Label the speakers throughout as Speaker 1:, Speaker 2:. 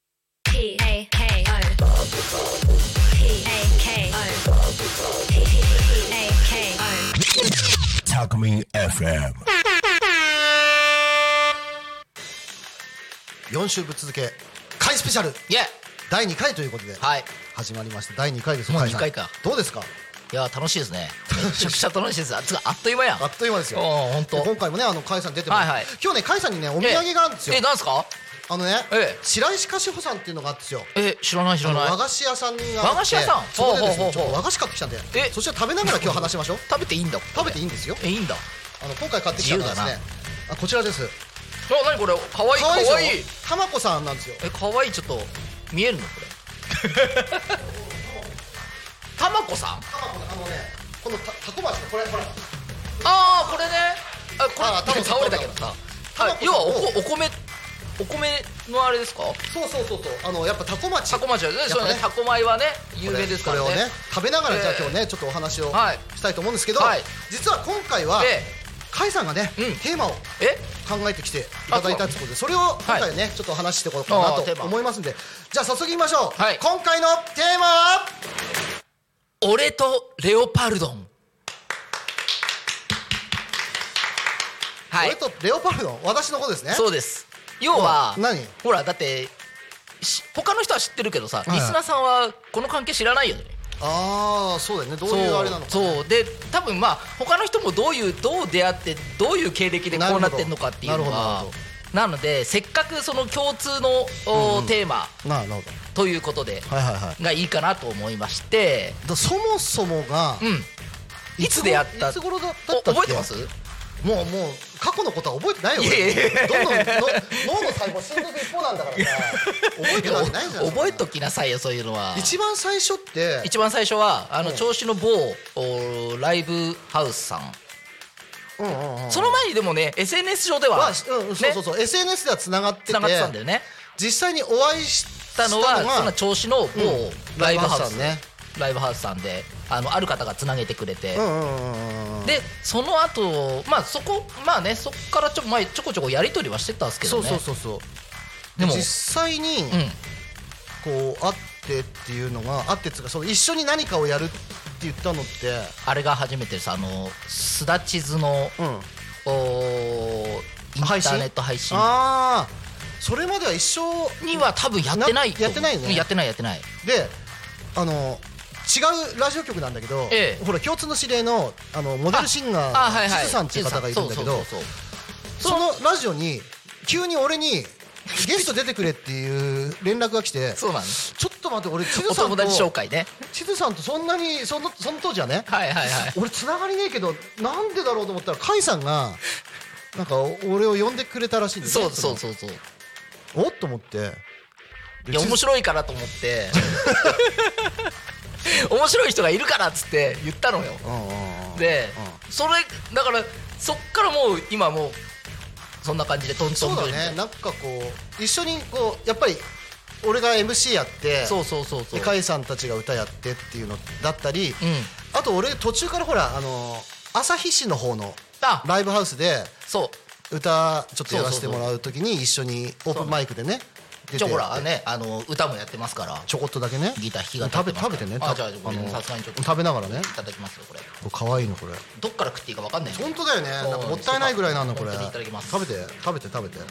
Speaker 1: P A K O. P A K O. P A K O.
Speaker 2: Talkme FM.
Speaker 3: 4週ぶっ続け回スペシャル
Speaker 4: イエ
Speaker 3: 第2回ということで、
Speaker 4: はい。
Speaker 3: 始まりました第2回です
Speaker 4: もう
Speaker 3: 甲斐さん
Speaker 4: 二回か
Speaker 3: どうですか
Speaker 4: いや、楽しいですね。めちゃくちゃ楽しいです。あつかあっという間やん。
Speaker 3: あっという間ですよ
Speaker 4: おーほんと
Speaker 3: で今回もねあの甲斐さん出てもらって、
Speaker 4: はいはい
Speaker 3: 今日ね甲斐さんにねお土産があるんですよ
Speaker 4: え、えなんすか
Speaker 3: あのね、
Speaker 4: ええ
Speaker 3: 白石菓子舗さんっていうのがあるんですよ
Speaker 4: え、知らない知らない
Speaker 3: 和。菓子屋さんがあって
Speaker 4: 和菓子屋さん
Speaker 3: そこでです
Speaker 4: ほうほうほ
Speaker 3: ね
Speaker 4: う
Speaker 3: ちょっと和菓子買ってきたんで
Speaker 4: え
Speaker 3: そして食べながら今日話し ましょう
Speaker 4: 食べていいんだ。
Speaker 3: 食べていいんですよ
Speaker 4: え、いいんだ。
Speaker 3: あの今回買ってきたのはですね
Speaker 4: 自
Speaker 3: あこちらです
Speaker 4: あ、なにこれかわいい、か
Speaker 3: 可愛い
Speaker 4: わいい
Speaker 3: で。しょたまこさんなんですよ
Speaker 4: え、かわいい、ちょっと、見えるのこ れ。たまこさん
Speaker 3: たまこあのねこのたたこ鉢ねこれほら
Speaker 4: ああ、これね。あ、
Speaker 3: あ
Speaker 4: こ
Speaker 3: タ
Speaker 4: れ、
Speaker 3: モさん
Speaker 4: 倒れたけどさ。
Speaker 3: タモ
Speaker 4: は
Speaker 3: さん
Speaker 4: い、要はおこ、お米、お米のあれですか
Speaker 3: そうそうそうそうあのやっぱたこ町
Speaker 4: タコ町はね、そうね、
Speaker 3: やっぱ
Speaker 4: タコ米はね、有名ですから
Speaker 3: これをね
Speaker 4: ね。
Speaker 3: 食べながらじゃあ
Speaker 4: ええ
Speaker 3: 今日ねちょっとお話を
Speaker 4: はい
Speaker 3: したいと思うんですけど、
Speaker 4: はい
Speaker 3: 実は今回は
Speaker 4: え
Speaker 3: 甲斐さんがね、
Speaker 4: うん
Speaker 3: テーマを
Speaker 4: え、え
Speaker 3: 考えてきていただいたということでそれを今回ね、ちょっとお話ししていこうか
Speaker 4: あーテ
Speaker 3: な
Speaker 4: ーマ
Speaker 3: と思いますんでじゃあ早速いきましょう、
Speaker 4: はい
Speaker 3: 今回のテーマは
Speaker 4: 俺とレオパルドン。は
Speaker 3: 俺
Speaker 4: い。
Speaker 3: とレオパルドン私のことですね
Speaker 4: そうです。要は、
Speaker 3: うん何
Speaker 4: ほら、だって、し他の人は知ってるけどさ、
Speaker 3: い
Speaker 4: リスナーさんはこの関係知らないよね。
Speaker 3: ああそうだよねどういうあれなのか
Speaker 4: そうで多分まあ他の人もどういうどう出会ってどういう経歴でこうなってんのかっていうの
Speaker 3: なる
Speaker 4: が
Speaker 3: ほど
Speaker 4: なのでせっかくその共通のおテーマ
Speaker 3: ななるほ
Speaker 4: ということで
Speaker 3: どはいはいはい
Speaker 4: がいいかなと思いまして
Speaker 3: だそもそもが、
Speaker 4: うんいつでやった
Speaker 3: いつ頃だったっ
Speaker 4: お
Speaker 3: け
Speaker 4: 覚えてます
Speaker 3: もうもう過去のことは覚えてないよ。
Speaker 4: いやいやいや
Speaker 3: 俺どんどんの脳の細胞死んでいく一方なんだからさ。覚えてるわけないじゃん。
Speaker 4: 覚えときなさいよそういうのは
Speaker 3: 一番最初って
Speaker 4: 一番最初はあの
Speaker 3: うん
Speaker 4: 調子の某おライブハウスさん
Speaker 3: うんうんうん。
Speaker 4: その前にでもね SNS 上では
Speaker 3: はうんそうそう
Speaker 4: ね
Speaker 3: そう、SNS では繋がってて
Speaker 4: 繋がってたんだよね
Speaker 3: 実際にお会いし
Speaker 4: したのはその
Speaker 3: が
Speaker 4: 調子の某
Speaker 3: うん
Speaker 4: ライブハウス
Speaker 3: ね。
Speaker 4: ライブハウスさんであのある方がつなげてくれて
Speaker 3: うんうんうんうん。
Speaker 4: でその後まあそこまあねそこからちょ,、まあ、ちょこちょこやり取りはしてたんですけど
Speaker 3: そう
Speaker 4: ね
Speaker 3: そうそうそう。
Speaker 4: でも
Speaker 3: 実際に
Speaker 4: うん
Speaker 3: こう会ってっていうのが会ってっつうかその一緒に何かをやるって言ったのって。
Speaker 4: あれが初めてさあのすだちずの
Speaker 3: うん。
Speaker 4: おインタ
Speaker 3: 配信
Speaker 4: ーネット配信
Speaker 3: ああ。それまでは一生
Speaker 4: には多分やってないと思う
Speaker 3: やってないよね
Speaker 4: うんやってないやってない
Speaker 3: であの違うラジオ局なんだけど、
Speaker 4: ええ
Speaker 3: ほら共通の知り合いのあのモデルシンガ
Speaker 4: あ
Speaker 3: ー
Speaker 4: はい
Speaker 3: の
Speaker 4: はい
Speaker 3: ちずさんっていう方がいるんだけど
Speaker 4: そうそうそう
Speaker 3: そのラジオに急に俺にゲスト出てくれっていう連絡が来て
Speaker 4: そうそうなんです
Speaker 3: ちょっと待って俺ちず
Speaker 4: お
Speaker 3: さん
Speaker 4: 友達紹
Speaker 3: と
Speaker 4: 介ね
Speaker 3: ちずさんとそんなにそのその当時はね
Speaker 4: はいはいはい
Speaker 3: 俺つながりねえけどなんでだろうと思ったら甲斐さんがなんか俺を呼んでくれたらしいんです
Speaker 4: そうそうそうそう
Speaker 3: おっと思って
Speaker 4: いや面白いからと思って 面白い人がいるからっつって言ったのよ
Speaker 3: うんうんうん
Speaker 4: でそれだからそっからもう今もうそんな感じでトント
Speaker 3: そう
Speaker 4: ントン
Speaker 3: だ
Speaker 4: みたい
Speaker 3: ね
Speaker 4: な
Speaker 3: なんかこう一緒にこうやっぱり俺が MC やって
Speaker 4: そうそうそうそう
Speaker 3: で甲斐さんたちが歌やってっていうのだったり、
Speaker 4: うん
Speaker 3: あと俺途中からほらあの朝日市の方の
Speaker 4: あ
Speaker 3: ライブハウスで
Speaker 4: そ
Speaker 3: 歌ちょっとやらせてもらう時に一緒にオープンマイクでね
Speaker 4: う
Speaker 3: 出
Speaker 4: じ
Speaker 3: て
Speaker 4: ゃあほらねあの歌もやってますから
Speaker 3: ちょこっとだけね
Speaker 4: ギター弾き語りやっ
Speaker 3: 食べ
Speaker 4: てます
Speaker 3: 食べてね
Speaker 4: あ
Speaker 3: た
Speaker 4: じゃあ
Speaker 3: あの
Speaker 4: さすがにちょっと
Speaker 3: 食べながらね
Speaker 4: いただきますよこれ
Speaker 3: かわいいのこれ
Speaker 4: どっから食っていいか分かんない
Speaker 3: 本当だよね
Speaker 4: そう
Speaker 3: なんかもったいないぐらいなのこれ
Speaker 4: 本当にいただきます
Speaker 3: 食べて食べて食べて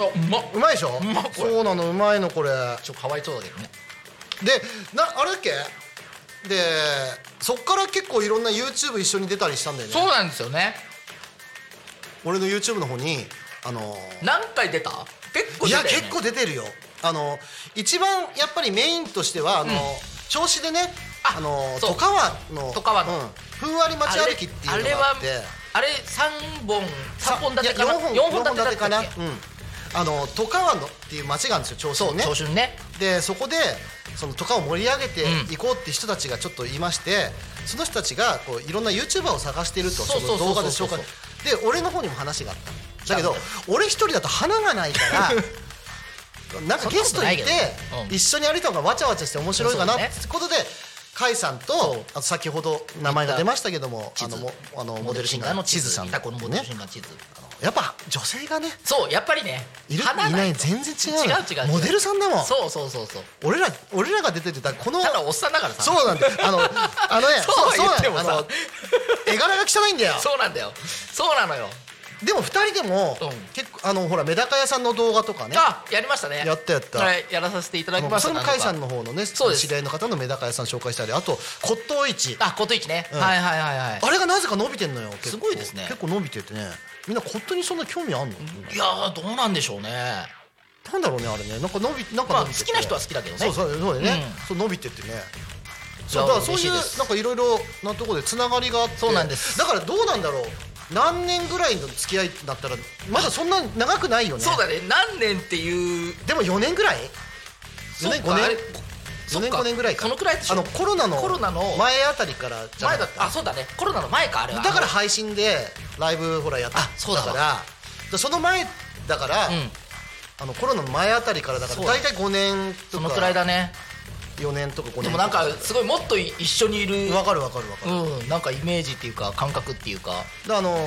Speaker 4: あうまっ
Speaker 3: うまいでしょ
Speaker 4: うまこれ
Speaker 3: そうなのうまいのこれ
Speaker 4: ちょっとかわいそうだけどね
Speaker 3: でなあれだっけでそっから結構いろんな YouTube 一緒に出たりしたんだよね
Speaker 4: そうなんですよね
Speaker 3: 俺の YouTube の方にあのー
Speaker 4: 何回出た結構
Speaker 3: い
Speaker 4: 出た
Speaker 3: や
Speaker 4: よね
Speaker 3: 結構出てるよあの一番やっぱりメインとしてはあのー、調子でね
Speaker 4: あ
Speaker 3: あのー
Speaker 4: そう
Speaker 3: 十川の
Speaker 4: 十川の
Speaker 3: うんふんわり街歩きっていうのがあって
Speaker 4: あれはあれ三本三本立てかな
Speaker 3: 4本
Speaker 4: 四
Speaker 3: 四
Speaker 4: 本立
Speaker 3: 本立
Speaker 4: て
Speaker 3: て
Speaker 4: か
Speaker 3: か
Speaker 4: な
Speaker 3: なうんあの十川のっていう街があるんですよ調子
Speaker 4: そ
Speaker 3: の
Speaker 4: う
Speaker 3: ね
Speaker 4: 長春ね
Speaker 3: でそこでそのとかを盛り上げていこうって人たちがちょっといまして、その人たちがこういろんな YouTuber を探していると
Speaker 4: そう
Speaker 3: そ
Speaker 4: そう
Speaker 3: の
Speaker 4: そう
Speaker 3: 動
Speaker 4: そう
Speaker 3: 画で紹介で俺の方にも話があっただけど
Speaker 4: 来
Speaker 3: 俺一人だと花がないか らなんかゲストにい
Speaker 4: そんなことないけ
Speaker 3: て
Speaker 4: どねうん
Speaker 3: 一緒にやる人がわちゃわちゃして面白いかな
Speaker 4: そ
Speaker 3: っ
Speaker 4: うだね
Speaker 3: てことで甲斐さんとあと先ほど名前が出ましたけどもあ
Speaker 4: 地図
Speaker 3: のもあのモデルシンガーの地図さん
Speaker 4: イタコのモデル
Speaker 3: ね
Speaker 4: シンガー地図
Speaker 3: やっぱ女性がね
Speaker 4: そうやっぱりね
Speaker 3: いる
Speaker 4: 花が
Speaker 3: いない全然違うよ
Speaker 4: 違う違う違う
Speaker 3: モデルさんだもん
Speaker 4: そうそうそうそう
Speaker 3: 俺ら俺らが出ててだからこの
Speaker 4: ただおっさんだからさ
Speaker 3: そうなんだよあのあのね
Speaker 4: そうは言っても
Speaker 3: そう
Speaker 4: さ
Speaker 3: なんだよあの絵柄が汚いんだよ
Speaker 4: そうなんだよそうなのよ
Speaker 3: でも二人でも、
Speaker 4: うん
Speaker 3: 結構あのほらメダカ屋さんの動画とかね
Speaker 4: あやりましたね
Speaker 3: やったやった
Speaker 4: はいやらさせていただきました
Speaker 3: それも甲斐さん
Speaker 4: の
Speaker 3: の方のね
Speaker 4: そうです
Speaker 3: 知り合いの方のメダカ屋さん紹介したりあと骨董市
Speaker 4: あこといきね
Speaker 3: うん
Speaker 4: はいはいはいはい
Speaker 3: あれがなぜか伸びてんのよ結構
Speaker 4: すごいですね
Speaker 3: 結構伸びててねみんな骨董にそんな興味あんの、
Speaker 4: いやーどうなんでしょうね
Speaker 3: なんだろうねあれねなんか伸びなんか
Speaker 4: まあ
Speaker 3: 伸びてて
Speaker 4: 好きな人は好きだけどね
Speaker 3: そうそうそうだよね、
Speaker 4: うん
Speaker 3: そう伸びてってね
Speaker 4: いや
Speaker 3: そうだからそういう
Speaker 4: 嬉しです
Speaker 3: なんかいろいろなところでつながりがあって
Speaker 4: そうなんです
Speaker 3: だからどうなんだろう何年ぐらいの付き合いだったらまだそんな長くないよね
Speaker 4: そうだね何年っていう
Speaker 3: でも4年ぐらい4
Speaker 4: そう
Speaker 3: 年
Speaker 4: か
Speaker 3: 5
Speaker 4: あ
Speaker 3: 年
Speaker 4: れ
Speaker 3: 4
Speaker 4: そっ
Speaker 3: 年
Speaker 4: か
Speaker 3: 5年ぐらいか
Speaker 4: そのくらいでしょ
Speaker 3: あのコロナの
Speaker 4: コロナの
Speaker 3: 前あたりからじゃ
Speaker 4: 前
Speaker 3: ない
Speaker 4: だったあそうだねコロナの前かあれは
Speaker 3: だから配信でライブほらやった
Speaker 4: あそうだわ
Speaker 3: からだその前だから、
Speaker 4: うん
Speaker 3: あのコロナの前あたりからだから
Speaker 4: そうだ
Speaker 3: 大体5年
Speaker 4: そ
Speaker 3: とか
Speaker 4: のくらいだね
Speaker 3: 4年とか5年
Speaker 4: でもなんかすごいもっとい一緒にいる
Speaker 3: わかるわかるわかる、
Speaker 4: うんなんかイメージっていうか感覚っていうか
Speaker 3: だからあの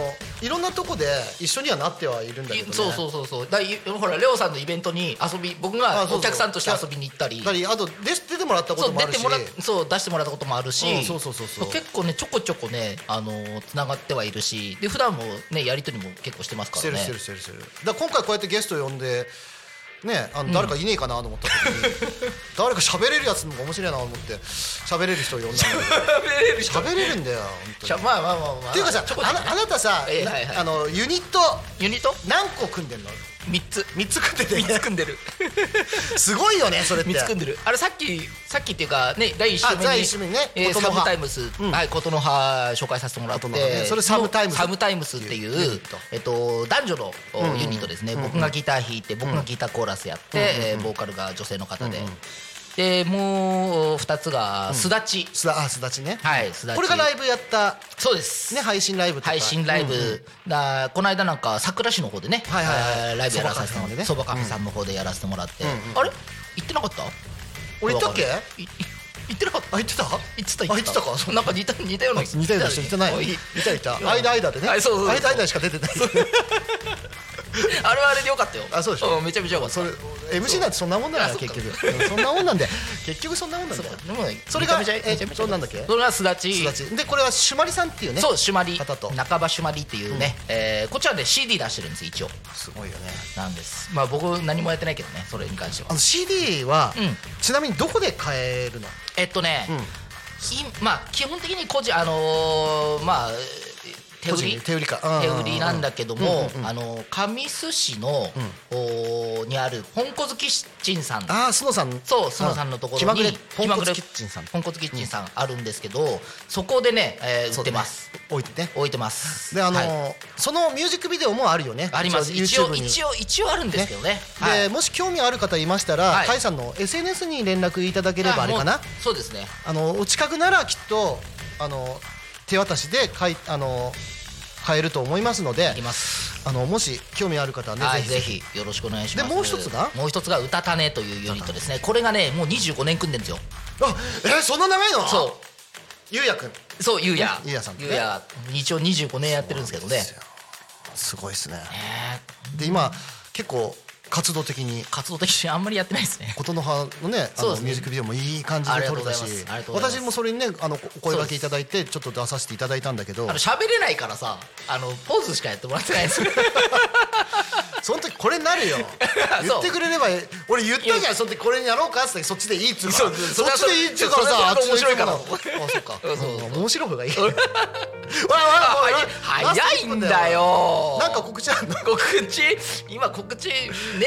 Speaker 3: いろんなとこで一緒にはなってはいるんだけど、ね、
Speaker 4: そうそうそうそうだいほらレオさんのイベントに遊び僕が
Speaker 3: あそうそう
Speaker 4: お客さんとして遊びに行ったり
Speaker 3: だからあと出出てもらったこ
Speaker 4: そ
Speaker 3: と
Speaker 4: う
Speaker 3: もあ
Speaker 4: 出
Speaker 3: る
Speaker 4: て
Speaker 3: し
Speaker 4: もらそう出してもらったこともあるし、
Speaker 3: うんそうそうそうそう
Speaker 4: 結構ねちょこちょこねあのつながってはいるしで普段もねやり取りも結構してますか
Speaker 3: して
Speaker 4: ら
Speaker 3: る
Speaker 4: ね
Speaker 3: してるしてるしてるだから今回こうやってゲスト呼んでねあの誰かいねえかなと思った時に、 誰か喋れるやつの方が面白いなと思って喋れる人を呼んだんだ
Speaker 4: 喋れる
Speaker 3: け
Speaker 4: 人
Speaker 3: ど喋れるんだよ本
Speaker 4: しゃ
Speaker 3: 当に
Speaker 4: まあまあまあまあ
Speaker 3: っていうかさ
Speaker 4: ちょこちょ
Speaker 3: あ
Speaker 4: こね
Speaker 3: なあなたさ、
Speaker 4: ええはいはい
Speaker 3: あのユニット
Speaker 4: ユニット
Speaker 3: 何個組んでんの
Speaker 4: 3つ
Speaker 3: 3つ組んでて
Speaker 4: 3つ組んでる
Speaker 3: すごいよね それって
Speaker 4: 三つ組んでるあれさっきさっきっていうかね第一週目
Speaker 3: あ
Speaker 4: に
Speaker 3: 第一週目にね
Speaker 4: えー
Speaker 3: 琴
Speaker 4: サ
Speaker 3: ノ葉
Speaker 4: ムタイムス、
Speaker 3: うん
Speaker 4: はい琴の葉紹介させてもらって、
Speaker 3: 琴ノ葉ねそれサムタイムス
Speaker 4: サムタイムスってい
Speaker 3: ユニ
Speaker 4: う
Speaker 3: ット
Speaker 4: えっと男女のおユニットですね、僕がギター弾いて僕がギターコーラスやって、えーボーカルが女性の方で、でもう二つがすだち、
Speaker 3: すだあすだちね、
Speaker 4: はいすだち
Speaker 3: これがライブやった
Speaker 4: そうです
Speaker 3: ね配信ライブとか
Speaker 4: 配信ライブ、
Speaker 3: うん
Speaker 4: だこの間なんか桜市の方でね、
Speaker 3: はいはいはい
Speaker 4: あーライブやらさせてもらって
Speaker 3: そ
Speaker 4: そ
Speaker 3: ば
Speaker 4: ば
Speaker 3: カ
Speaker 4: カフ
Speaker 3: フェ
Speaker 4: ェ
Speaker 3: さ
Speaker 4: さんの方でやらせてもらって、
Speaker 3: うんうん
Speaker 4: あれ行ってなかった
Speaker 3: 俺行ったっけ
Speaker 4: わかんないいい行ってなかった
Speaker 3: あ言ってた
Speaker 4: 行ってた
Speaker 3: あ言ってたかそう
Speaker 4: なんか似た似たような
Speaker 3: 似たような人いたない
Speaker 4: お
Speaker 3: いたいた
Speaker 4: うん
Speaker 3: 間間でね
Speaker 4: はいそうそうそう
Speaker 3: 間間しか出てない
Speaker 4: あれはあれでよかったよ
Speaker 3: あそうでしょ
Speaker 4: んめちゃめちゃよかった
Speaker 3: それ MC なんてそんなもんだから
Speaker 4: あそっか
Speaker 3: 結局うんそんなもんなんで結局そんなもんなん
Speaker 4: そ
Speaker 3: だよ
Speaker 4: うでもね
Speaker 3: それが
Speaker 4: めちゃめちゃ
Speaker 3: え
Speaker 4: めちゃめちゃ
Speaker 3: そうなんだっけ
Speaker 4: それがすだち
Speaker 3: すだちでこれは朱鞠さんっていうね
Speaker 4: そうシュマリ
Speaker 3: 方と
Speaker 4: 半ばシュマリっていうね、えーこっちはね CD 出してるんです一応
Speaker 3: すごいよね
Speaker 4: なんですまあ僕何もやってないけどねそれに関して
Speaker 3: あ
Speaker 4: は
Speaker 3: の CD は
Speaker 4: うん
Speaker 3: ちなみにどこで買えるの
Speaker 4: えっとね、
Speaker 3: うん
Speaker 4: きまあ基本的に個人あのーまあ手売
Speaker 3: 個人
Speaker 4: り
Speaker 3: 手売りかうん
Speaker 4: 手売りなんだけど
Speaker 3: うん
Speaker 4: も、
Speaker 3: うんうん
Speaker 4: あの神栖市の、おーにある本小月キッチンさん
Speaker 3: ああ須野さん
Speaker 4: そう須野さんのとこ
Speaker 3: 気
Speaker 4: ろ
Speaker 3: まぐ
Speaker 4: に
Speaker 3: れポ
Speaker 4: 気
Speaker 3: ンコツ
Speaker 4: まぐれ
Speaker 3: キッチンさん
Speaker 4: ポンコツキッチンさんあるんですけどそこでね、えー売ってます、
Speaker 3: 置いてね
Speaker 4: 置いてます
Speaker 3: であの
Speaker 4: はい
Speaker 3: ーそのミュージックビデオもあるよね
Speaker 4: あります一応
Speaker 3: YouTube に
Speaker 4: 一応一応あるんですけどねはい
Speaker 3: でもし興味ある方いましたら、
Speaker 4: はい
Speaker 3: 甲斐さんの SNS に連絡いただければあれか
Speaker 4: も
Speaker 3: な
Speaker 4: うそうですね
Speaker 3: あのお近くならきっとあの手渡しで買いあの買えると思いますので
Speaker 4: いきます
Speaker 3: あのもし興味ある方はね、
Speaker 4: はい、
Speaker 3: ぜ
Speaker 4: ぜ
Speaker 3: ひ
Speaker 4: ひよろしくお願いします。
Speaker 3: でもう一つが
Speaker 4: もう一つが歌たねというユニットですね。これがね、もう25年組んでるんですよ。
Speaker 3: あえそんな長いの
Speaker 4: そ
Speaker 3: ゆうやくん
Speaker 4: う、そう、ゆうや。
Speaker 3: ゆうやさんね
Speaker 4: ゆうや、一応25年やってるんですけどね。
Speaker 3: すごいですね
Speaker 4: え
Speaker 3: で今結構活動的に
Speaker 4: ー活動的にあんまりやってないですね。
Speaker 3: 琴ノ葉のねあ
Speaker 4: そう
Speaker 3: の
Speaker 4: ですね
Speaker 3: ミュージックビデオもいい感じで撮れた
Speaker 4: ありがとうござい
Speaker 3: し
Speaker 4: ますありがとうございます
Speaker 3: 私もそれにねあのお声掛けいただいてちょっと出させていただいたんだけど
Speaker 4: あの、喋れないからさ、あの、ポーズしかやってもらってない です。
Speaker 3: その時これにな るよ言ってくれればいい俺言ったじゃんその時これにやろうかっつってそっちでいいっつうから
Speaker 4: そう
Speaker 3: そっちでいいっつうから
Speaker 4: それ
Speaker 3: さ
Speaker 4: は
Speaker 3: あっちの
Speaker 4: 面白いから
Speaker 3: あそっか
Speaker 4: そうそうそう
Speaker 3: うん面白い方 がいいわ
Speaker 4: あ
Speaker 3: わわわ
Speaker 4: は
Speaker 3: ラ
Speaker 4: い
Speaker 3: スト
Speaker 4: 早
Speaker 3: 一
Speaker 4: い
Speaker 3: 分
Speaker 4: んだよ。
Speaker 3: なんか告知あんの
Speaker 4: 告知、今告知ね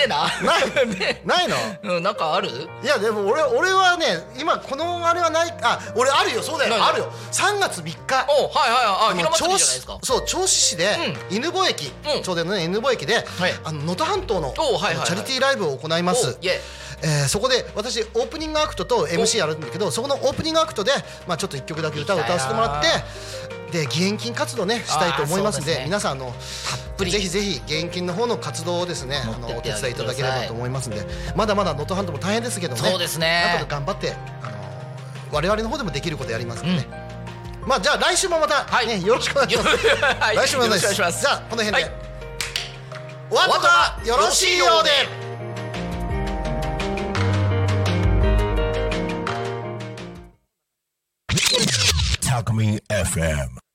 Speaker 4: えな。
Speaker 3: な い
Speaker 4: ね
Speaker 3: ないの
Speaker 4: うん、なんかある
Speaker 3: いやでも俺俺はね今このあれはないあ俺あるよそうだよ
Speaker 4: ないの
Speaker 3: あるよ3月3日
Speaker 4: おはいはいはい。あ、ひな
Speaker 3: あの
Speaker 4: 祭
Speaker 3: 銚
Speaker 4: りじゃないですか
Speaker 3: 子。そう銚子市で犬吠駅
Speaker 4: うん
Speaker 3: ちょうどね犬吠駅で
Speaker 4: い
Speaker 3: あの能登半島の
Speaker 4: おはいはいはい
Speaker 3: チャリティーライブを行います
Speaker 4: おイエイ
Speaker 3: えーそこで私オープニングアクトと MC やるんだけどそこのオープニングアクトでまあちょっと1曲だけ歌を歌わせてもらって
Speaker 4: 行
Speaker 3: で義援金活動ねしたいと思いますん
Speaker 4: あーそうで
Speaker 3: です
Speaker 4: ね
Speaker 3: 皆さんあの
Speaker 4: ぷり
Speaker 3: ぜひぜひ義援金の方の活動をですねあ
Speaker 4: 持
Speaker 3: の
Speaker 4: って
Speaker 3: お
Speaker 4: って
Speaker 3: 手
Speaker 4: あげ
Speaker 3: 伝い
Speaker 4: て
Speaker 3: い
Speaker 4: く
Speaker 3: た
Speaker 4: ださい
Speaker 3: だければと思いますんでまだまだ能登半島も大変ですけどね
Speaker 4: そうですね
Speaker 3: なんとか頑張ってあの我々の方でもできることやりますので、まあじゃあ来週もまた、ね、よろしくお願いします。
Speaker 4: はい
Speaker 3: 来週もお願いし
Speaker 4: よろしくお願い
Speaker 3: ます。
Speaker 4: します
Speaker 3: じゃあこの辺
Speaker 4: は
Speaker 3: で、
Speaker 4: い
Speaker 3: お後がよろしいようで。
Speaker 2: Talk Me FM.